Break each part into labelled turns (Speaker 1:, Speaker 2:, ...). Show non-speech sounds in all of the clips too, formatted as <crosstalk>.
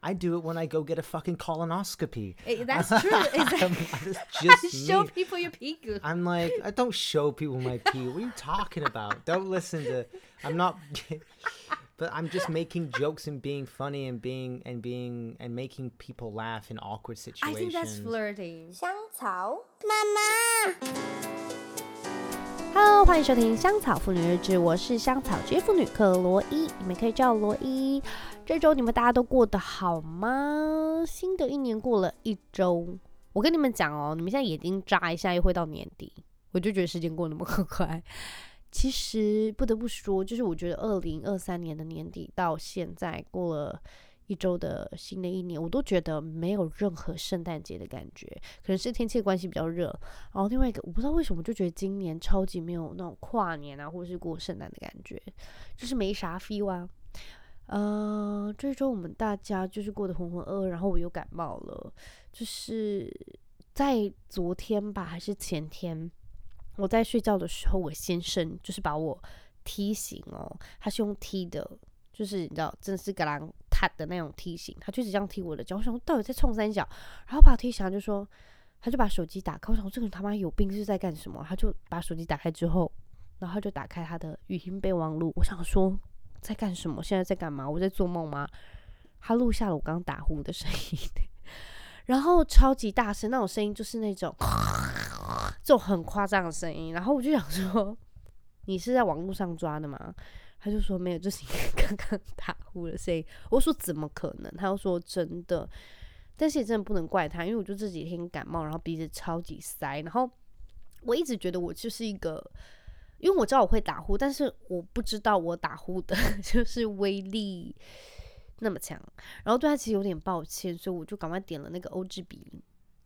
Speaker 1: I do it when I go get a fucking colonoscopy. <laughs>
Speaker 2: Eh, That's true.
Speaker 1: I'm-
Speaker 2: Exactly. <laughs>
Speaker 1: that's <laughs> just
Speaker 2: Show
Speaker 1: me.
Speaker 2: people your piku.
Speaker 1: I'm like, I don't show people my pee. What are you talking about? Don't listen
Speaker 2: <laughs>
Speaker 1: to. I'm not. <laughs> but I'm just making jokes and being funny and being and being and making people laugh in awkward
Speaker 2: I
Speaker 1: situations.
Speaker 2: think that's flirting.
Speaker 3: 香草妈妈。
Speaker 4: Hello，欢迎收听《香草妇女日志》，我是香草之妇女克罗伊，你们可以叫我罗伊。这周你们大家都过得好吗？新的一年过了一周，我跟你们讲哦，你们现在眼睛眨一下，又会到年底，我就觉得时间过得那么快。其实不得不说，就是我觉得二零二三年的年底到现在过了。一周的新的一年，我都觉得没有任何圣诞节的感觉，可能是天气的关系比较热，然后另外一个，我不知道为什么就觉得今年超级没有那种跨年啊，或是过圣诞的感觉，就是没啥 feel 啊。呃，这周我们大家就是过得浑浑噩噩，然后我又感冒了，就是在昨天吧，还是前天，我在睡觉的时候，我先生就是把我踢醒哦，他是用踢的，就是你知道，真的是格啷踏的那种踢醒，他就是这样踢我的脚，我想说到底在冲三角，然后把我踢醒，他就说。他就把手机打开，我想说这个人他妈有病是在干什么？他就把手机打开之后，然后他就打开他的语音备忘录，我想说在干什么？现在在干嘛？我在做梦吗？他录下了我刚刚打呼的声音， <laughs> 然后超级大声，那种声音就是那种这种很夸张的声音，然后我就想说你是在网络上抓的吗？他就说没有，就是你刚刚打呼的声音。我说怎么可能？他又说真的，但是也真的不能怪他，因为我就这几天感冒，然后鼻子超级塞，然后我一直觉得我就是一个，因为我知道我会打呼，但是我不知道我打呼的 <laughs> 就是威力那么强，然后对他其实有点抱歉，所以我就赶快点了那个欧治鼻。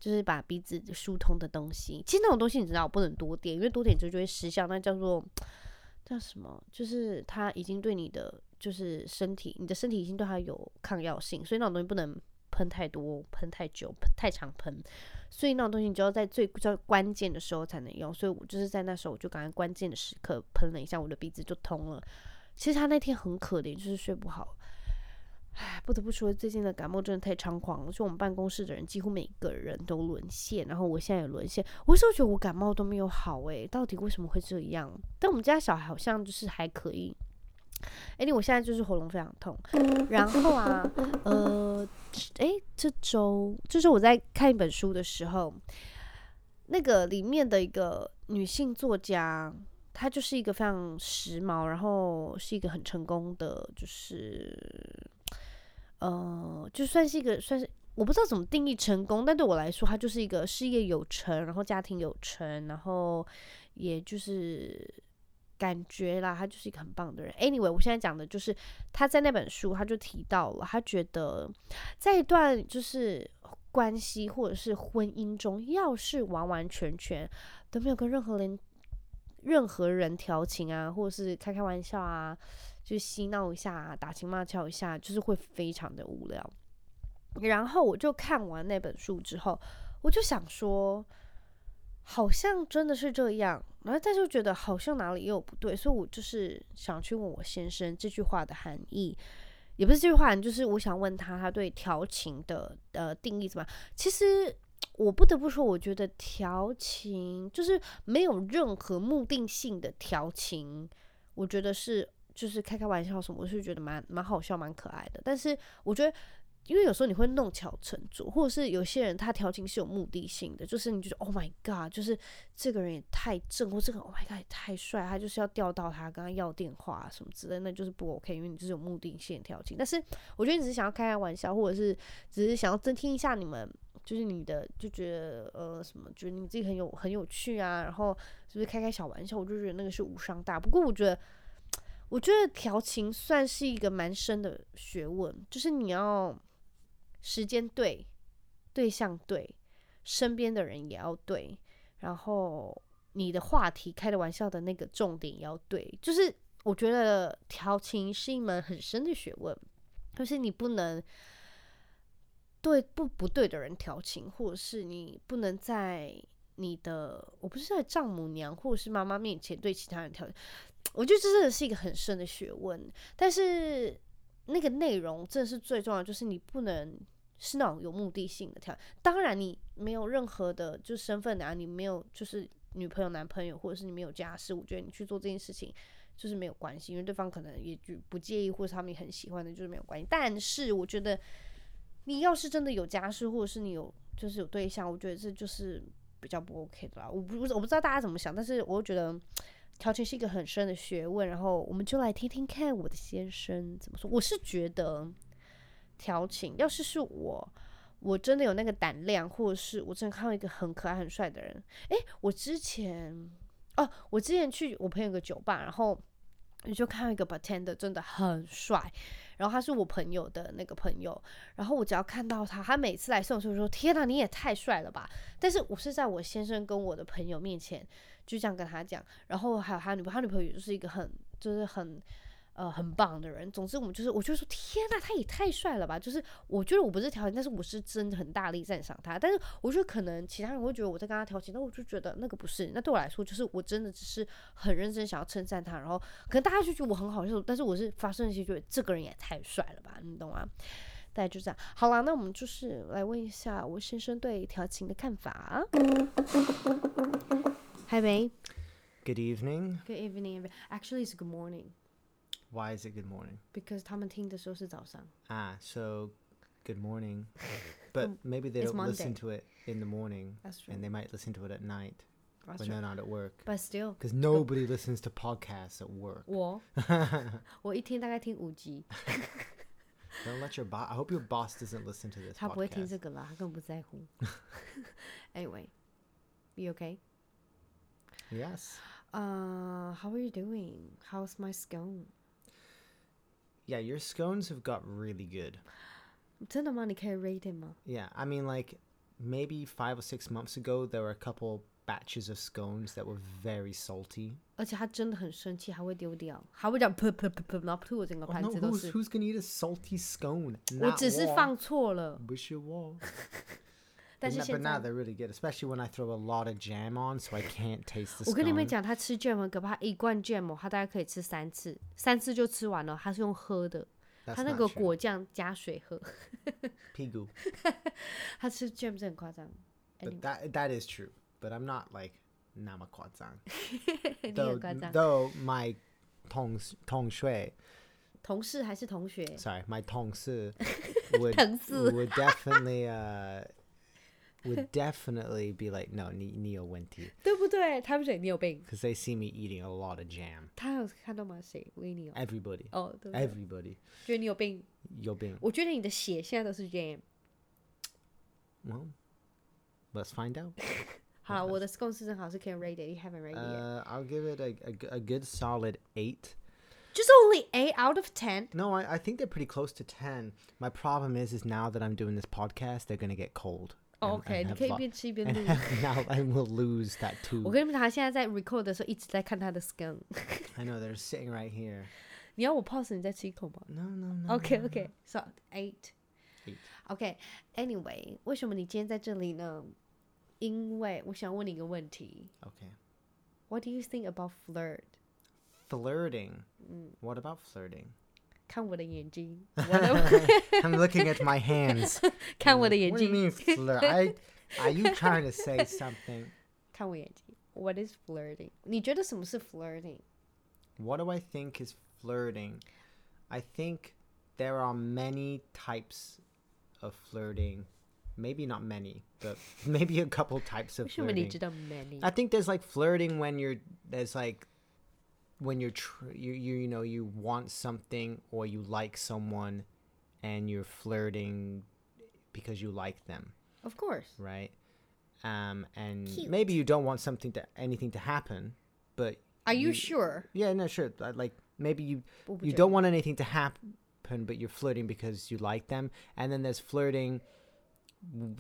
Speaker 4: 就是把鼻子疏通的东西，其实那种东西你知道不能多点，因为多点之后就会失效，那叫做叫什么？就是它已经对你的就是身体，你的身体已经对它有抗药性，所以那种东西不能喷太多、喷太久、喷太长喷，所以那种东西你就要在最较关键的时候才能用。所以我就是在那时候，我就赶快关键的时刻喷了一下，我的鼻子就通了。其实他那天很可怜，就是睡不好。唉，不得不说，最近的感冒真的太猖狂了。就我们办公室的人，几乎每个人都沦陷，然后我现在也沦陷。我有时候觉得我感冒都没有好诶、到底为什么会这样？但我们家小孩好像就是还可以。哎、我现在就是喉咙非常痛，然后啊，呃，哎，这周这周我在看一本书的时候，那个里面的一个女性作家，她就是一个非常时髦，然后是一个很成功的，就是呃，就算是一个算是。我不知道怎么定义成功，但对我来说，她就是一个事业有成，然后家庭有成，然后也就是感觉啦，她就是一个很棒的人。Anyway，我现在讲的就是她在那本书，她就提到了，她觉得在一段就是关系或者是婚姻中，要是完完全全都没有跟任何人、任何人调情啊，或者是开开玩笑啊，就是嬉闹一下啊、打情骂俏一下，就是会非常的无聊。然后我就看完那本书之后，我就想说，好像真的是这样。然后但是又觉得好像哪里也有不对，所以我就是想去问我先生这句话的含义。也不是这句话，就是我想问他，他对调情的呃定义怎么样？其实我不得不说，我觉得调情就是没有任何目的性的调情，我觉得是就是开开玩笑什么，我是觉得蛮蛮好笑、蛮可爱的。但是我觉得。因为有时候你会弄巧成拙，或者是有些人他调情是有目的性的，就是你觉得 Oh my God，就是这个人也太正，或这个 Oh my God 也太帅，他就是要钓到他，跟他要电话、啊、什么之类的，那就是不 OK，因为你就是有目的性调情。但是我觉得你只是想要开开玩笑，或者是只是想要增添一下你们，就是你的就觉得呃什么，觉得你自己很有很有趣啊，然后就是开开小玩笑，我就觉得那个是无伤大。不过我觉得。我觉得调情算是一个蛮深的学问，就是你要时间对，对象对，身边的人也要对，然后你的话题开的玩笑的那个重点也要对，就是我觉得调情是一门很深的学问，就是你不能对不不对的人调情，或者是你不能在你的我不是在丈母娘或者是妈妈面前对其他人调情，我觉得这真的是一个很深的学问，但是那个内容这是最重要的，就是你不能是那种有目的性的挑。当然，你没有任何的就身份啊，你没有就是女朋友、男朋友，或者是你没有家室，我觉得你去做这件事情就是没有关系，因为对方可能也就不介意，或是他们也很喜欢的，就是没有关系。但是我觉得你要是真的有家室，或者是你有就是有对象，我觉得这就是比较不 OK 的啦。我不我不知道大家怎么想，但是我又觉得。调情是一个很深的学问，然后我们就来听听看我的先生怎么说。我是觉得调情，要是是我，我真的有那个胆量，或者是我真的看到一个很可爱、很帅的人，诶，我之前哦，我之前去我朋友一个酒吧，然后我就看到一个 bartender 真的很帅，然后他是我朋友的那个朋友，然后我只要看到他，他每次来送的时候我说：“天哪，你也太帅了吧！”但是我是在我先生跟我的朋友面前就这样跟他讲，然后还有他女朋友，他女朋友就是一个很就是很呃很棒的人。总之，我们就是我就说天呐，他也太帅了吧！就是我觉得我不是调情，但是我是真的很大力赞赏他。但是我觉得可能其他人会觉得我在跟他调情，那我就觉得那个不是。那对我来说，就是我真的只是很认真想要称赞他，然后可能大家就觉得我很好笑，但是我是发生一些觉得这个人也太帅了吧，你懂吗？大概就这样。好啦，那我们就是来问一下我先生对调情的看法。 <laughs> 还没。
Speaker 1: Good evening.
Speaker 2: Good evening, everyone. Actually, it's good morning
Speaker 1: Why is it good morning?
Speaker 2: because 他们听的时候是早上。
Speaker 1: Ah, so good
Speaker 2: <laughs>
Speaker 1: morning. But maybe they
Speaker 2: It's
Speaker 1: don't listen
Speaker 2: Monday.
Speaker 1: to it in the morning,
Speaker 2: That's true.
Speaker 1: and they might listen to it at night
Speaker 2: That's
Speaker 1: when
Speaker 2: true.
Speaker 1: they're not at work.
Speaker 2: But still,
Speaker 1: Because nobody listens to podcasts at work.
Speaker 2: 我我一天大概听五集，
Speaker 1: Don't let your boss. I hope your boss doesn't listen to this.
Speaker 2: 他不会听
Speaker 1: Podcast.
Speaker 2: 这个啦，他根本不在乎。anyway, you okay?
Speaker 1: Yes.
Speaker 2: Uh, how are you doing? How's my scone?
Speaker 1: Yeah, your scones have got really good.
Speaker 2: 真的吗？你可以 rate it 吗？
Speaker 1: Yeah, I mean, like maybe five or six months ago, there were a couple batches of scones that were very salty.
Speaker 2: 而且他真的很生气，还会丢掉，还会讲噗噗噗噗，然后吐我整个
Speaker 1: Oh
Speaker 2: 盘
Speaker 1: no,
Speaker 2: 子都
Speaker 1: who's
Speaker 2: 是。
Speaker 1: who's gonna eat a salty scone?
Speaker 2: 我
Speaker 1: Not
Speaker 2: 只是
Speaker 1: Wong.
Speaker 2: 放错了，
Speaker 1: Wish you wall.
Speaker 2: 但
Speaker 1: But
Speaker 2: 是
Speaker 1: no-
Speaker 2: 现
Speaker 1: but now
Speaker 2: 在
Speaker 1: they're really good, especially when I throw a lot of jam on, so I can't taste the.
Speaker 2: 我跟你们
Speaker 1: scone.
Speaker 2: 讲，他吃卷很可怕，一罐卷毛他大概可以吃三次，三次就吃完了，他是用喝的。
Speaker 1: That's
Speaker 2: 他那
Speaker 1: not
Speaker 2: 个
Speaker 1: true.
Speaker 2: 果酱加水喝，
Speaker 1: Pigu.
Speaker 2: 他吃卷不是很夸张。
Speaker 1: But that that is true. But I'm not like namakwazang.
Speaker 2: 你很
Speaker 1: though,
Speaker 2: 夸张。
Speaker 1: though my tong tong shui,
Speaker 2: 同事还是同学，
Speaker 1: sorry, my tong si would
Speaker 2: 同事。
Speaker 1: would definitely uh would definitely be like no ni neo wenti
Speaker 2: 对不对？他们谁你有病？
Speaker 1: because they see me eating a lot of jam.
Speaker 2: 他有看到吗？谁？维尼哦，
Speaker 1: Everybody,
Speaker 2: 哦，对不
Speaker 1: 哎
Speaker 2: 对？
Speaker 1: everybody,
Speaker 2: 觉得你有病。
Speaker 1: yo bing.
Speaker 2: 我觉得你的血现在都是 jam。
Speaker 1: Well, let's find out.
Speaker 2: 好啦，我的公司正好是 can rate it，you haven't rate it yet。
Speaker 1: Uh, I'll give it a, a g- a good solid eight.
Speaker 2: 就是 only eight out of ten。
Speaker 1: No, I, I think they're pretty close to ten. My problem is, is now that I'm doing this podcast, they're gonna get cold. and-
Speaker 2: OK，
Speaker 1: and
Speaker 2: Oh, 你
Speaker 1: have
Speaker 2: 可以
Speaker 1: lo-
Speaker 2: 边吃一边
Speaker 1: <laughs> and
Speaker 2: 录。
Speaker 1: have- now I will lose that
Speaker 2: 我
Speaker 1: too.
Speaker 2: 跟你们讲，他现在在 record 的时候一直在看他的 scan。
Speaker 1: I know they're sitting right here.
Speaker 2: <laughs> 你要我 pause 你再吃一口吗
Speaker 1: No, no, no.
Speaker 2: ？OK OK，so eight。
Speaker 1: Eight.
Speaker 2: OK，Anyway，为什么你今天在这里呢？因为我想问你一个问题
Speaker 1: Okay.
Speaker 2: ：What do you think about flirt？
Speaker 1: Flirting. What about flirting?
Speaker 2: 看我的
Speaker 1: <laughs>
Speaker 2: 眼睛，我的
Speaker 1: I'm looking at my hands.
Speaker 2: 看我的眼
Speaker 1: what do you mean
Speaker 2: 睛，
Speaker 1: flirt? I, are you trying to say something?
Speaker 2: 看我眼睛。What is flirting？你觉得什么是 flirting？
Speaker 1: What do I think is flirting? I think there are many types of flirting. Maybe not many, but <laughs> maybe a couple types
Speaker 2: 为
Speaker 1: of
Speaker 2: 什么你知
Speaker 1: flirting.
Speaker 2: 道 many？
Speaker 1: I think there's like flirting when you're there's like when you're tr- you you you know you want something or you like someone and you're flirting because you like them,
Speaker 2: Of course，
Speaker 1: right? Um and
Speaker 4: Cute.
Speaker 1: maybe you don't want something to anything to happen, but
Speaker 2: Are you sure？
Speaker 1: yeah, no, sure. but, Like maybe you
Speaker 2: What would
Speaker 1: you
Speaker 2: you-
Speaker 1: don't want anything to happen, but you're flirting because you like them, and then there's flirting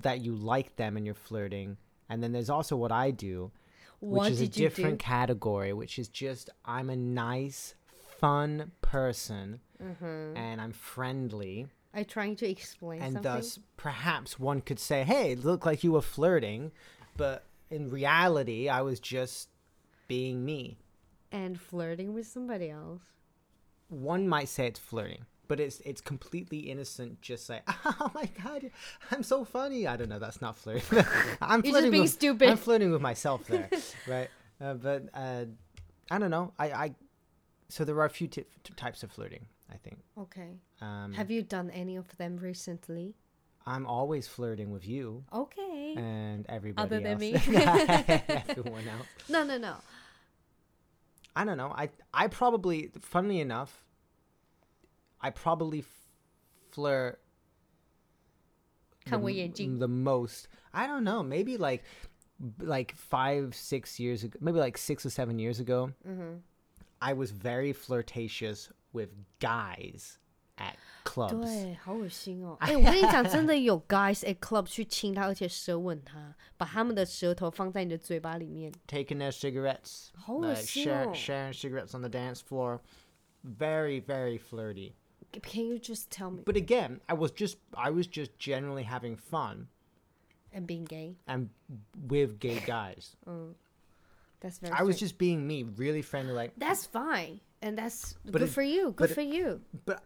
Speaker 1: that you like them and you're flirting, and then there's also what I do, which
Speaker 2: What
Speaker 1: is a
Speaker 2: did you do?
Speaker 1: different category, which is just I'm a nice, fun person, and I'm friendly,
Speaker 2: I trying to explain
Speaker 1: and
Speaker 2: Mm-hmm. something.
Speaker 1: thus perhaps one could say, "Hey, it looked like you were flirting," but in reality, I was just being me.
Speaker 2: and flirting with somebody else.
Speaker 1: One might say it's flirting, but it's it's completely innocent. Just like, <laughs> oh my god, I'm so funny. I don't know. That's not flirting. <laughs> I'm
Speaker 2: <laughs> You're just
Speaker 1: flirting
Speaker 2: being
Speaker 1: with,
Speaker 2: stupid.
Speaker 1: I'm flirting with myself
Speaker 2: <laughs>
Speaker 1: there, right? Uh, but uh, I don't know. I, I so there are a few t- types of flirting. I think.
Speaker 2: Okay.
Speaker 1: Um,
Speaker 2: Have you done any of them recently?
Speaker 1: I'm always flirting with you
Speaker 2: Okay.
Speaker 1: and everybody
Speaker 2: Other than
Speaker 1: <laughs> else.
Speaker 2: me. <laughs>
Speaker 1: Everyone else.
Speaker 2: no, no, no.
Speaker 1: I don't know. I I probably, funnily enough, I probably f- flirt. the
Speaker 2: Can we
Speaker 1: m-
Speaker 2: uh, jing-
Speaker 1: the most? I don't know. Maybe like, b- like five, six years ago. Maybe like six or seven years ago. I was very flirtatious with guys at clubs.
Speaker 2: 对，好恶心
Speaker 1: <laughs>
Speaker 2: 哦！哎、我跟你讲，真的有 guys at club 去亲他，而且舌吻他，把他们的舌头放在你的嘴巴里面。
Speaker 1: taking their cigarettes,
Speaker 2: 好恶
Speaker 1: like
Speaker 2: 心
Speaker 1: share,
Speaker 2: 哦
Speaker 1: sharing cigarettes on the dance floor. Very, very flirty.
Speaker 2: Can you just tell me
Speaker 1: But again, I was just I was just generally having fun
Speaker 2: and being gay?
Speaker 1: and with gay guys.
Speaker 2: That's very.
Speaker 1: I was
Speaker 2: strange.
Speaker 1: just being me, really friendly like
Speaker 2: That's fine, and that's good
Speaker 1: it-
Speaker 2: for you.
Speaker 1: but
Speaker 2: Good
Speaker 1: it-
Speaker 2: for
Speaker 1: <laughs>
Speaker 2: you.
Speaker 1: but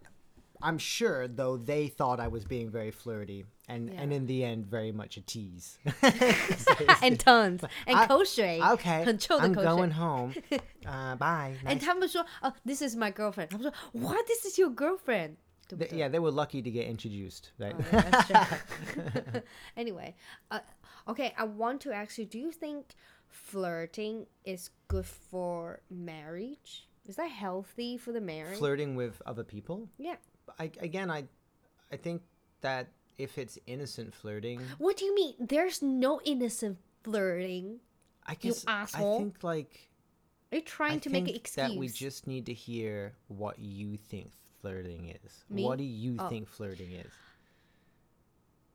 Speaker 1: I'm sure though they thought I was being very flirty and and
Speaker 2: Yeah.
Speaker 1: in the end very much a
Speaker 2: <laughs>
Speaker 1: tease.
Speaker 2: and tons and
Speaker 1: I-
Speaker 2: 口水
Speaker 1: okay.
Speaker 2: 很臭的
Speaker 1: I'm
Speaker 2: 口水
Speaker 1: going。home.
Speaker 2: <laughs>
Speaker 1: Uh, bye. <laughs> Nice-
Speaker 2: And 他们说，哦、t h i s is my girlfriend。他们说，What? This is your girlfriend？对不 <laughs>
Speaker 1: They-
Speaker 2: 对
Speaker 1: yeah, they were lucky to get introduced.
Speaker 2: Oh,
Speaker 1: Right? <laughs>
Speaker 2: anyway, uh, okay, I want to ask you do you think flirting is good for marriage? Is that healthy for the marriage?
Speaker 1: Flirting with other people.
Speaker 2: yeah.
Speaker 1: I, again, I, I think that if it's innocent flirting,
Speaker 2: What do you mean? There's no innocent flirting.
Speaker 1: I guess
Speaker 2: asshole.
Speaker 1: I think like
Speaker 2: Are you trying
Speaker 1: I
Speaker 2: to
Speaker 1: think
Speaker 2: make an excuse?
Speaker 1: that we just need to hear what you think flirting is.
Speaker 2: Me?
Speaker 1: What do you
Speaker 2: Oh.
Speaker 1: think flirting is?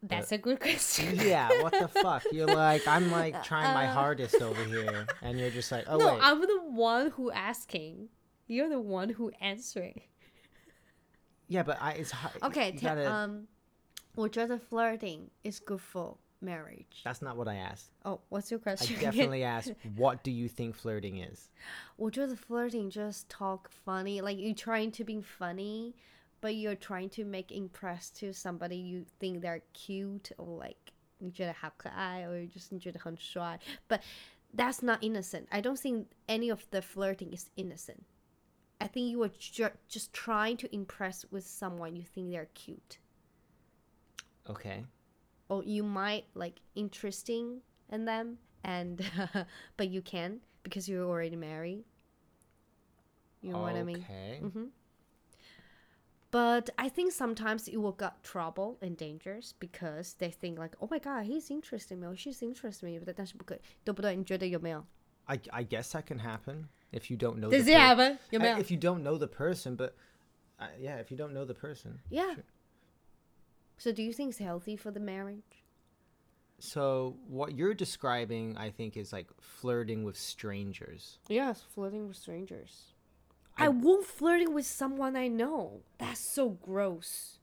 Speaker 2: That's a good question.
Speaker 1: uh, Yeah, what the fuck? You're like I'm like trying my hardest over here, and you're just like, oh
Speaker 2: <laughs> Uh, no,
Speaker 1: wait,
Speaker 2: I'm the one who asking. You're the one who answering.
Speaker 1: yeah, but I it's hard.
Speaker 2: Okay,
Speaker 1: you
Speaker 2: ta-
Speaker 1: gotta-
Speaker 2: um, 我觉得 flirting is good for marriage.
Speaker 1: that's not what I asked.
Speaker 2: Oh, what's your
Speaker 1: I
Speaker 2: question? <laughs> again?
Speaker 1: definitely asked, what do you think flirting is?
Speaker 2: 我觉得 flirting just talk funny, like you trying to be funny, but you're trying to make impress to somebody you think they're cute or like 你觉得好可爱 or you just 你觉得很帅 but that's not innocent. I don't think any of the flirting is innocent. I think you were ju- just trying to impress with someone you think they're cute.
Speaker 1: Okay,
Speaker 2: or you might like interesting in them and <laughs> but you can because you're already married you know what i mean
Speaker 1: Okay,
Speaker 2: but i think sometimes it will get trouble and dangers because they think like oh my god he's interested in me or she's interested in me but that's good 对不对？你觉得有没有？
Speaker 1: I I guess that can happen if you don't know.
Speaker 2: does
Speaker 1: the
Speaker 2: it
Speaker 1: per-
Speaker 2: happen
Speaker 1: I-
Speaker 2: 有没有？
Speaker 1: if you don't know the person, but uh, yeah, if you don't know the person,
Speaker 2: yeah
Speaker 1: sure.
Speaker 2: so do you think it's healthy for the marriage
Speaker 1: So what you're describing, I think, is like flirting with strangers.
Speaker 2: yes flirting with strangers I won't flirting with someone I know. That's so gross.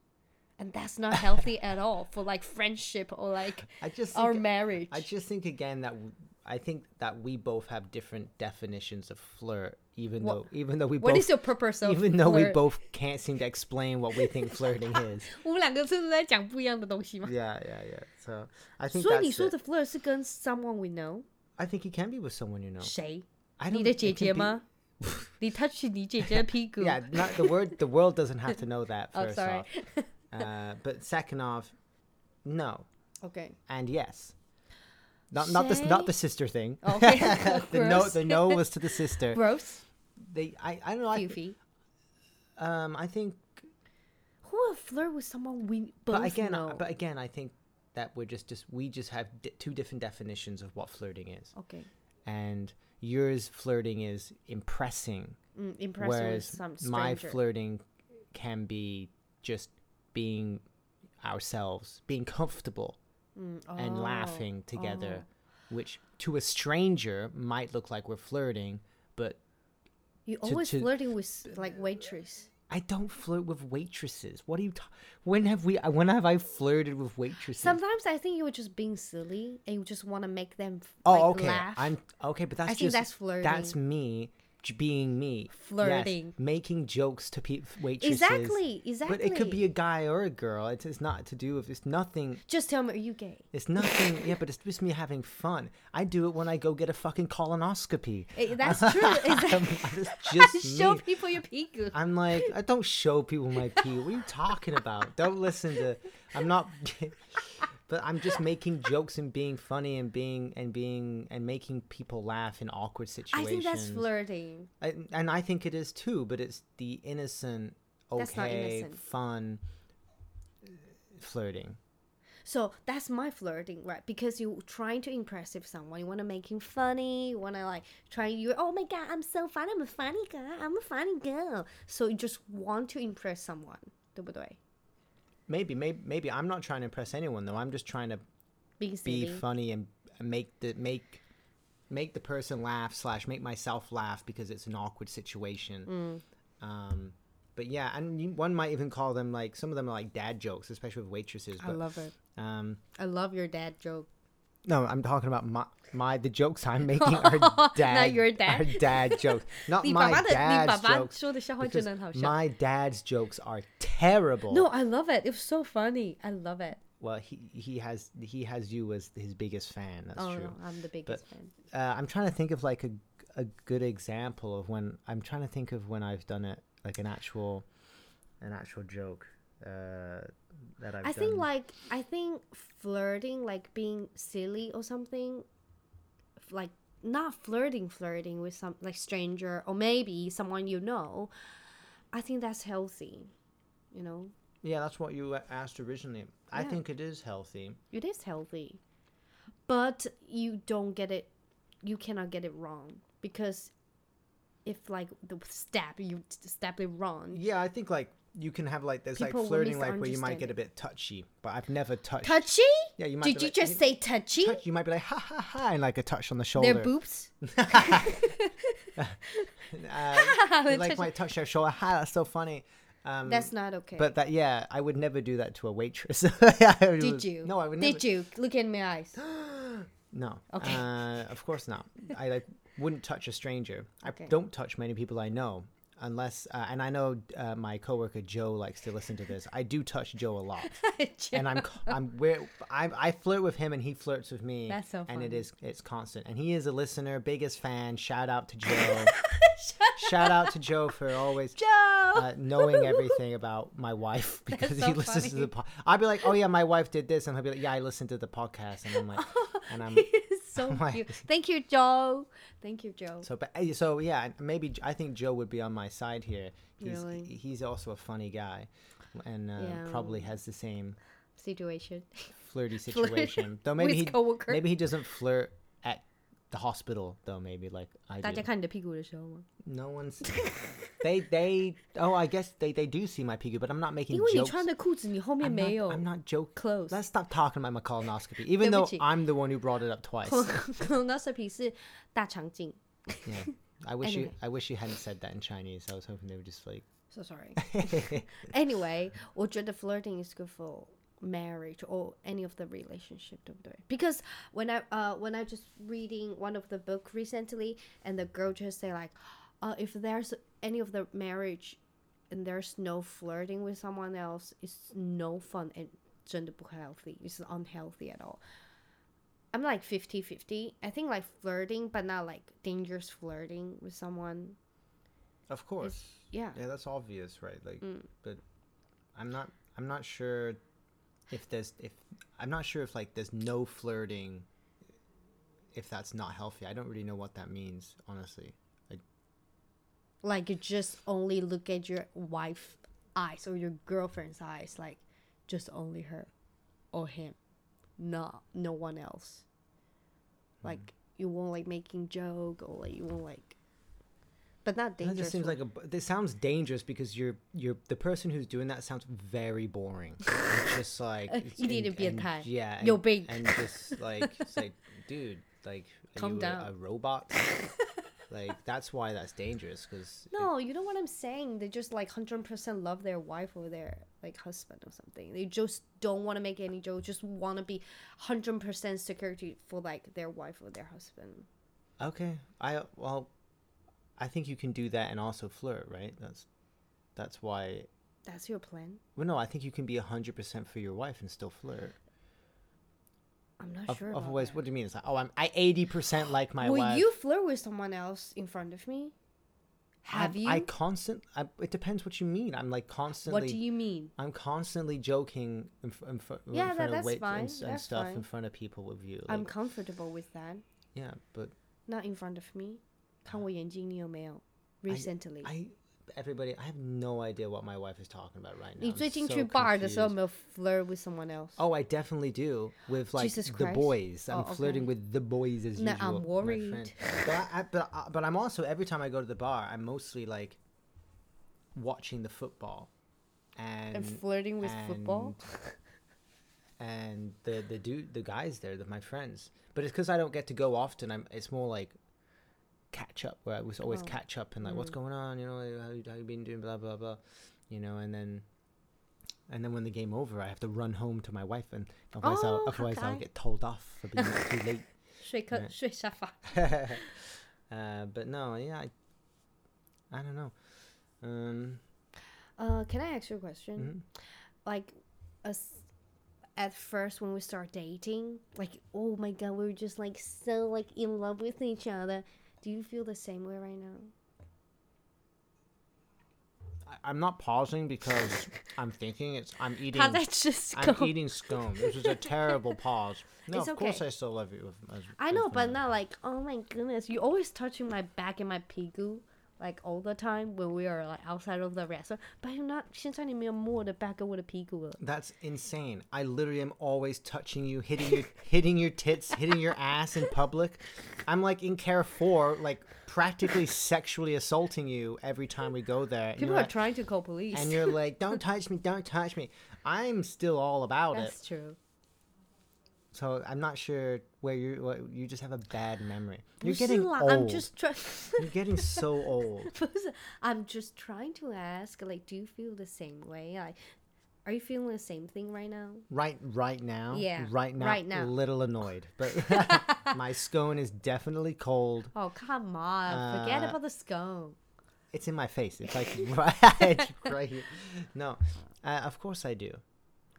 Speaker 2: And that's not
Speaker 1: <laughs>
Speaker 2: healthy at all for like friendship or like
Speaker 1: I just
Speaker 2: our
Speaker 1: think-
Speaker 2: marriage.
Speaker 1: I just think again that w- I think that we both have different definitions of flirt, even
Speaker 2: What-
Speaker 1: though even though we
Speaker 2: What
Speaker 1: both
Speaker 2: is your purpose of
Speaker 1: even though we
Speaker 2: flirt?
Speaker 1: both can't seem to explain what we think flirting is.
Speaker 2: <laughs> 我们两个真的在讲不一样的东西吗？
Speaker 1: Yeah, yeah, yeah. So I think
Speaker 2: 所以
Speaker 1: that's
Speaker 2: 你说
Speaker 1: it.
Speaker 2: 的 flirt 是跟 someone we know
Speaker 1: I think it can be with someone you know.
Speaker 2: 谁？
Speaker 1: I
Speaker 2: 你
Speaker 1: don't.
Speaker 2: 的
Speaker 1: it
Speaker 2: 姐
Speaker 1: can
Speaker 2: 姐
Speaker 1: be-
Speaker 2: 吗？
Speaker 1: <laughs>
Speaker 2: 你 touch 你姐姐的屁股
Speaker 1: Yeah, not, the word the world doesn't have to know that
Speaker 2: <laughs> Oh,
Speaker 1: first
Speaker 2: sorry.
Speaker 1: off. Uh, but second off, no.
Speaker 2: <laughs> OK
Speaker 1: and yes. Not not the not the sister thing.
Speaker 2: Oh, OK，
Speaker 1: <laughs> The no the no was
Speaker 2: <laughs>
Speaker 1: to the sister.
Speaker 2: gross
Speaker 1: They I I don't know. I, th-
Speaker 2: goofy.
Speaker 1: um I think
Speaker 2: Who will flirt with someone we both
Speaker 1: but again
Speaker 2: know?
Speaker 1: but again I think that we're just just we just have di two different definitions of what flirting is.
Speaker 2: OK，
Speaker 1: And yours flirting is impressing,
Speaker 2: 嗯，impress Mm, with
Speaker 1: whereas
Speaker 2: some
Speaker 1: my
Speaker 2: stranger.
Speaker 1: flirting can be just being ourselves, being comfortable
Speaker 2: Mm, oh,
Speaker 1: and laughing together, which to a stranger might look like we're flirting, but
Speaker 2: You always
Speaker 1: to-
Speaker 2: flirting with like waitress.
Speaker 1: I don't flirt with waitresses. What are you? Ta- when have we? When have I flirted with waitresses?
Speaker 2: Sometimes I think you were just being silly and you just want to make them f-
Speaker 1: oh,
Speaker 2: like,
Speaker 1: okay.
Speaker 2: laugh.
Speaker 1: I'm okay, but that's
Speaker 2: I
Speaker 1: just
Speaker 2: think that's
Speaker 1: That's
Speaker 2: flirting.
Speaker 1: me j- being me, Yes,
Speaker 2: Flirting.
Speaker 1: making jokes to pe- waitresses.
Speaker 2: Exactly, exactly.
Speaker 1: But it could be a guy or a girl. It's, it's not to do with it's nothing.
Speaker 2: Just tell me, are you gay?
Speaker 1: It's nothing. yeah, but it's just me having fun. I do it when I go get a fucking colonoscopy. <laughs>
Speaker 2: Eh, that's true. Exactly.
Speaker 1: It's
Speaker 2: <laughs>
Speaker 1: just
Speaker 2: Show
Speaker 1: me.
Speaker 2: people your pigu.
Speaker 1: I'm like, I don't show people my pee. What are you talking about? Don't listen to. I'm not. <laughs> but I'm just making jokes and being funny and being and being and making people laugh in awkward
Speaker 2: I
Speaker 1: situations.
Speaker 2: think that's flirting.
Speaker 1: And, and I think it is too. But it's the innocent, okay,
Speaker 2: That's not innocent.
Speaker 1: fun uh, flirting.
Speaker 2: So that's my flirting, right? Because you're trying to impress if someone. You want to make him funny. You want to like try you. Oh my god, I'm so funny. I'm a funny girl. I'm a funny girl. So you just want to impress someone, 对不对？
Speaker 1: Maybe, maybe, maybe I'm not trying to impress anyone though. I'm just trying to
Speaker 2: Being
Speaker 1: be
Speaker 2: silly.
Speaker 1: funny and make the make make the person laugh slash make myself laugh because it's an awkward situation.
Speaker 2: Mm.
Speaker 1: Um, but yeah, and you, one might even call them like some of them are like dad jokes, especially with waitresses.
Speaker 2: I
Speaker 1: But
Speaker 2: love it.
Speaker 1: um,
Speaker 2: I love your dad joke.
Speaker 1: no, I'm talking about my my the jokes
Speaker 2: <laughs>
Speaker 1: I'm making are dad
Speaker 2: your dad.
Speaker 1: are dad
Speaker 2: <laughs>
Speaker 1: jokes, not
Speaker 2: 你
Speaker 1: my
Speaker 2: 爸爸的，你爸
Speaker 1: dad's
Speaker 2: 爸
Speaker 1: jokes.
Speaker 2: 说的笑话真
Speaker 1: because
Speaker 2: 的很好笑。
Speaker 1: My dad's jokes are terrible.
Speaker 2: No, I love it. It's so funny. I love it.
Speaker 1: well, he he has he has you as his biggest fan. That's
Speaker 2: oh
Speaker 1: true.
Speaker 2: no, I'm the biggest fan.
Speaker 1: uh, I'm trying to think of like a a good example of when I'm trying to think of when I've done it like an actual an actual joke uh, that I've
Speaker 2: I think
Speaker 1: done.
Speaker 2: like I think flirting, like being silly or something, f- like not flirting, flirting with some like stranger or maybe someone you know. I think that's healthy. You know,
Speaker 1: yeah, that's what you uh, asked originally. I
Speaker 2: Yeah.
Speaker 1: think it is healthy.
Speaker 2: it is healthy, but you don't get it. You cannot get it wrong because if like the step you step it wrong,
Speaker 1: Yeah, I think like you can have like there's
Speaker 2: People
Speaker 1: like
Speaker 2: will
Speaker 1: flirting like where you might
Speaker 2: misunderstand
Speaker 1: get a bit touchy, but I've never touched.
Speaker 2: touchy.
Speaker 1: Yeah, you might
Speaker 2: Did
Speaker 1: be
Speaker 2: you
Speaker 1: like-
Speaker 2: just say touchy?
Speaker 1: touch, you might be like ha ha ha and like a touch on the shoulder. <laughs>
Speaker 2: Their boobs. <laughs>
Speaker 1: Uh, you, like might touch their shoulder. Ha, that's so funny. Um,
Speaker 2: That's not okay.
Speaker 1: But that, yeah, I would never do that to a waitress. <laughs>
Speaker 2: Did you?
Speaker 1: No, I would never.
Speaker 2: Did you look in
Speaker 1: <gasps>
Speaker 2: my eyes? <laughs>
Speaker 1: No.
Speaker 2: Okay.
Speaker 1: Uh, of course not. I like wouldn't touch a stranger. I
Speaker 2: Okay.
Speaker 1: don't touch many people I know, unless uh, and I know uh, my coworker Joe likes to listen to this. I do touch Joe a lot, <laughs> and
Speaker 2: <laughs>
Speaker 1: I'm co- I'm we're, I I flirt with him and he flirts with me.
Speaker 2: That's so
Speaker 1: And it
Speaker 2: funny.
Speaker 1: is it's constant. And he is a listener, biggest fan. Shout
Speaker 2: <laughs>
Speaker 1: out to Joe. Shout out to Joe for always
Speaker 2: Joe. <laughs>
Speaker 1: uh, knowing everything about my wife because
Speaker 2: so
Speaker 1: he listens to the
Speaker 2: funny.
Speaker 1: pod. I'd be like, oh yeah, my wife did this, and he'll be like, yeah, I listened to the podcast, and
Speaker 2: <laughs>
Speaker 1: I'm like, and I'm
Speaker 2: so
Speaker 1: uh, <laughs> my-
Speaker 2: cute. Thank you, Joe. Thank you, Joe.
Speaker 1: so but eh, so yeah, and maybe J- I think Joe would be on my side here. He's
Speaker 2: Really?
Speaker 1: he's also a funny guy, and uh,
Speaker 2: Yeah.
Speaker 1: probably has the same
Speaker 2: Situation.
Speaker 1: flirty
Speaker 2: <laughs> Flirt
Speaker 1: situation. though maybe
Speaker 2: with
Speaker 1: he
Speaker 2: coworker.
Speaker 1: maybe he doesn't flirt at the hospital though. Maybe like I do.
Speaker 2: 大家看你的屁股的时候吗？
Speaker 1: No
Speaker 2: <laughs>
Speaker 1: one's they they oh I guess they they do see my piggy, but I'm not making jokes. I'm not-
Speaker 2: 因为你穿的裤子，你后面没有
Speaker 1: I'm not joking.
Speaker 2: close. <laughs>
Speaker 1: Let's stop talking about my colonoscopy, even though
Speaker 2: 对不起。
Speaker 1: I'm the one who brought it up
Speaker 2: <laughs>
Speaker 1: twice.
Speaker 2: colonoscopy 是大肠镜。
Speaker 1: yeah. I wish you
Speaker 2: Anyway.
Speaker 1: I wish you hadn't said that in Chinese. I was hoping they would just like
Speaker 2: So sorry. anyway, 我觉得 flirting is good for marriage or any of the relationship, 对不对? Because when I uh when I just reading one of the book recently, and the girl just say like, uh, if there's any of the marriage, and there's no flirting with someone else, it's no fun and 真的不 healthy. It's unhealthy at all. I'm like 50-50. I think like flirting, but not like dangerous flirting with someone.
Speaker 1: Of course.
Speaker 2: Yeah. Mm.
Speaker 1: Yeah, that's obvious, right? Like but I'm not I'm not sure if there's if I'm not sure if like there's no flirting if that's not healthy. I don't really know what that means, honestly. Like
Speaker 2: like you just only look at your wife's eyes or your girlfriend's eyes like just only her or him not no one else
Speaker 1: Hmm.
Speaker 2: like you won't like making joke or like you won't like but not
Speaker 1: that
Speaker 2: dangerous
Speaker 1: just seems like a bu- this sounds dangerous because you're you're the person who's doing that sounds very boring.
Speaker 2: <laughs>
Speaker 1: it's just like it's-
Speaker 2: you need
Speaker 1: and-
Speaker 2: to be a
Speaker 1: and-
Speaker 2: tie.
Speaker 1: Yeah, and,
Speaker 2: You're big.
Speaker 1: and just
Speaker 2: <laughs>
Speaker 1: like it's like dude, like are
Speaker 2: Calm
Speaker 1: you
Speaker 2: down.
Speaker 1: A, a
Speaker 2: <laughs>
Speaker 1: robot? like that's why that's dangerous because
Speaker 2: no you know what i'm saying they just like 100% love their wife or their like husband or something they just don't want to make any joke just want to be 100% security for like their wife or their husband
Speaker 1: Okay. I well, I think you can do that and also flirt, right? That's that's why.
Speaker 2: That's your plan?
Speaker 1: Well, no, I think you can be hundred percent for your wife and still flirt.
Speaker 2: I'm not
Speaker 1: Of,
Speaker 2: sure. about
Speaker 1: otherwise,
Speaker 2: that.
Speaker 1: what do you mean? It's like, oh, I'm I eighty percent like my
Speaker 2: Will
Speaker 1: wife.
Speaker 2: you flirt with someone else in front of me? Have
Speaker 1: I'm-
Speaker 2: you?
Speaker 1: I constant. I, it depends what you mean. I'm like constantly.
Speaker 2: what do you mean?
Speaker 1: I'm constantly joking in, fr- in, fr-
Speaker 2: Yeah,
Speaker 1: in
Speaker 2: that-
Speaker 1: front of
Speaker 2: that's
Speaker 1: wait,
Speaker 2: fine,
Speaker 1: and, s- and
Speaker 2: that's
Speaker 1: stuff
Speaker 2: fine.
Speaker 1: in front of people with you.
Speaker 2: I'm
Speaker 1: like,
Speaker 2: comfortable with that.
Speaker 1: yeah, but
Speaker 2: Not in front of me. 看我眼睛，你有没有 recently？
Speaker 1: I everybody, I have no idea what my wife is talking about right now. I'm so
Speaker 2: 你最近去 bar
Speaker 1: confused.
Speaker 2: 的时候有没有 flirt with someone else?
Speaker 1: Oh, I definitely do with like
Speaker 2: Jesus
Speaker 1: the
Speaker 2: Christ.
Speaker 1: boys. I'm
Speaker 2: Oh, okay.
Speaker 1: flirting with the boys as
Speaker 2: No,
Speaker 1: usual.
Speaker 2: I'm
Speaker 1: my
Speaker 2: worried.
Speaker 1: friend. But I, I, but I, but I'm also every time I go to the bar, I'm mostly like watching the football and,
Speaker 2: and flirting with football?
Speaker 1: and the the dude the guys there, the, my friends. But it's because I don't get to go often. I'm it's more like catch up where I was always
Speaker 2: Oh.
Speaker 1: catch up and like what's going on, you know, how you, how you been doing, blah blah blah, you know, and then. And then when the game over, I have to run home to my wife, and otherwise, I'll,
Speaker 2: Oh,
Speaker 1: otherwise I'll
Speaker 2: okay.
Speaker 1: get told off for
Speaker 2: <laughs>
Speaker 1: being too late.
Speaker 2: 睡客-
Speaker 1: Right.
Speaker 2: 睡沙发。
Speaker 1: <laughs> Uh, but no, yeah, I, I don't know. Um,
Speaker 2: Uh, can I ask you a question?
Speaker 1: Mm-hmm.
Speaker 2: Like, us at first when we start dating, like, oh my god, we were just like so like in love with each other. Do you feel the same way right now?
Speaker 1: I, I'm not pausing because
Speaker 2: <laughs>
Speaker 1: I'm thinking. It's I'm eating.
Speaker 2: How that <laughs> just
Speaker 1: I'm
Speaker 2: go?
Speaker 1: eating scone. This is a terrible
Speaker 2: <laughs>
Speaker 1: pause. No,
Speaker 2: It's
Speaker 1: of course
Speaker 2: okay.
Speaker 1: I still love you. as-
Speaker 2: I
Speaker 1: as
Speaker 2: know, but
Speaker 1: much.
Speaker 2: not like, oh my goodness, you always touching my back and my pigu, like all the time when we are like outside of the restaurant. But you're not, 现在你没有摸我的back跟我的屁股了。
Speaker 1: That's insane. I literally am always touching you, hitting
Speaker 2: <laughs>
Speaker 1: your hitting your tits, hitting your ass in public. I'm like in care four, like practically sexually assaulting you every time we go there. and
Speaker 2: People
Speaker 1: you're
Speaker 2: are
Speaker 1: like-
Speaker 2: trying to call police. <laughs>
Speaker 1: and you're like, "Don't touch me, don't touch me." I'm still all about
Speaker 2: That's
Speaker 1: it.
Speaker 2: true.
Speaker 1: So I'm not sure where you're. What, you just have a bad memory. You're
Speaker 2: 不是
Speaker 1: getting
Speaker 2: 啦
Speaker 1: old.
Speaker 2: I'm just <laughs> trying.
Speaker 1: You're getting so
Speaker 2: <laughs>
Speaker 1: old.
Speaker 2: 不是 I'm just trying to ask, like, do you feel the same way? Like, are you feeling the same thing right now?
Speaker 1: Right, right now.
Speaker 2: Yeah,
Speaker 1: Right now.
Speaker 2: right now.
Speaker 1: Little annoyed, but
Speaker 2: <laughs>
Speaker 1: <laughs> my scone is definitely cold.
Speaker 2: Oh come on, forget
Speaker 1: Uh,
Speaker 2: about the scone.
Speaker 1: It's in my face. It's like <laughs> right, right here. No, uh, of course I do.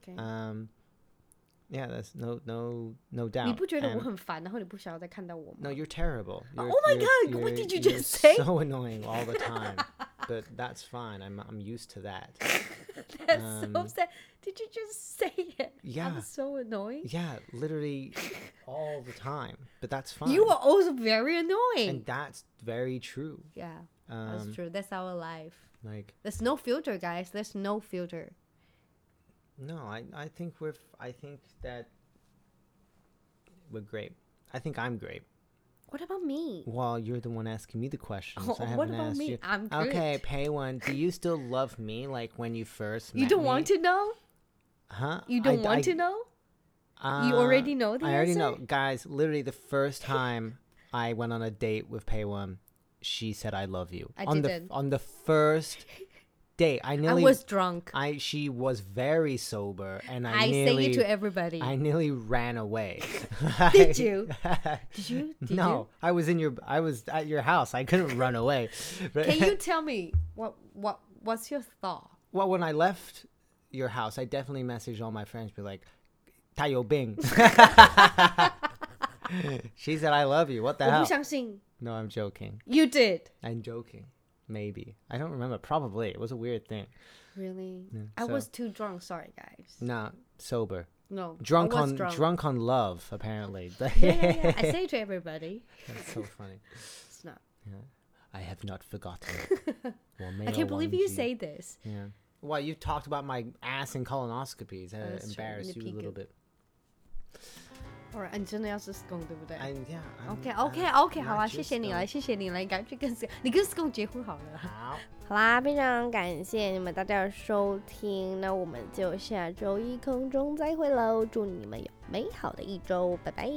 Speaker 2: Okay.
Speaker 1: Um, yeah, that's no, no, no doubt.
Speaker 2: 你不觉得
Speaker 1: And-
Speaker 2: 我很烦，然后你不想要再看到我吗
Speaker 1: No, you're terrible.
Speaker 2: Oh
Speaker 1: You're,
Speaker 2: my
Speaker 1: you're-
Speaker 2: God, what
Speaker 1: you're-
Speaker 2: did you
Speaker 1: you're
Speaker 2: just say?
Speaker 1: So annoying all the time.
Speaker 2: <laughs>
Speaker 1: but that's fine. I'm I'm used to that.
Speaker 2: That's so
Speaker 1: Um,
Speaker 2: sad. Did you just say it?
Speaker 1: yeah.
Speaker 2: I'm so annoying.
Speaker 1: Yeah, literally all the time. But that's fine.
Speaker 2: You are also very annoying.
Speaker 1: and that's very true.
Speaker 2: yeah, that's
Speaker 1: Um,
Speaker 2: true. That's our life.
Speaker 1: like
Speaker 2: There's no filter, guys. There's no filter.
Speaker 1: no, I I think we're f- I think that we're great. I think I'm great.
Speaker 2: What about me?
Speaker 1: Well, you're the one asking me the
Speaker 2: <laughs>
Speaker 1: questions.
Speaker 2: Oh,
Speaker 1: I haven't
Speaker 2: what about
Speaker 1: asked
Speaker 2: me?
Speaker 1: you.
Speaker 2: I'm
Speaker 1: okay.
Speaker 2: great.
Speaker 1: Pay one. Do you still love me like when you first?
Speaker 2: You
Speaker 1: met
Speaker 2: don't
Speaker 1: me?
Speaker 2: want to know?
Speaker 1: Huh?
Speaker 2: You don't
Speaker 1: I-
Speaker 2: want
Speaker 1: I-
Speaker 2: to know?
Speaker 1: Uh,
Speaker 2: already know the
Speaker 1: I already
Speaker 2: answer?
Speaker 1: know, guys. Literally, the first time I went on a date with Paywan, she said, "I love you."
Speaker 2: I
Speaker 1: on
Speaker 2: didn't.
Speaker 1: the on the
Speaker 2: <laughs>
Speaker 1: first date. I
Speaker 2: I
Speaker 1: nearly
Speaker 2: was drunk.
Speaker 1: I she was very sober, and I,
Speaker 2: I,
Speaker 1: nearly
Speaker 2: say it to everybody. <laughs>
Speaker 1: I nearly ran away. <laughs>
Speaker 2: Did you? Did you? Did
Speaker 1: no, I was in your I was at your house. I couldn't run away.
Speaker 2: <laughs>
Speaker 1: But-
Speaker 2: you? Can
Speaker 1: <laughs>
Speaker 2: you tell me what what what's your thought?
Speaker 1: Well, when I left your house, I definitely messaged all my friends, be like, "Tayo
Speaker 2: <laughs>
Speaker 1: Bing." <laughs> she said, "I love you." What the
Speaker 2: 我不
Speaker 1: hell?
Speaker 2: 相信
Speaker 1: No, I'm joking.
Speaker 2: you did.
Speaker 1: I'm joking. Maybe I don't remember. Probably it was a weird thing.
Speaker 2: Really? I
Speaker 1: so-
Speaker 2: was too drunk. Sorry, guys.
Speaker 1: Nah, sober,
Speaker 2: No. I
Speaker 1: drunk
Speaker 2: was
Speaker 1: on drunk. on love. Apparently, <laughs>
Speaker 2: Yeah, yeah, yeah. I say it to everybody.
Speaker 1: that's so funny.
Speaker 2: It's not.
Speaker 1: I have not
Speaker 2: <laughs>
Speaker 1: forgotten. Well, may
Speaker 2: I can't believe you
Speaker 1: 01G.
Speaker 2: say this.
Speaker 1: Yeah. Well, you talked about my ass and colonoscopies.
Speaker 2: Oh,
Speaker 1: That
Speaker 2: that's true,
Speaker 1: embarrassed
Speaker 2: in the
Speaker 1: you a little
Speaker 2: peak.
Speaker 1: bit.
Speaker 2: All right, 你真的要是scone，对不对？
Speaker 1: I yeah. I'm-
Speaker 2: OK OK
Speaker 1: I'm
Speaker 2: OK，
Speaker 1: not
Speaker 2: 好啊，谢
Speaker 1: just
Speaker 2: 谢你
Speaker 1: dumb.
Speaker 2: 了，谢谢你了，你赶紧跟 scone，你跟 scone 结婚好了。
Speaker 1: Ow.
Speaker 4: 好啦，非常感谢你们大家的收听，那我们就下周一空中再会喽！祝你们有美好的一周，拜拜。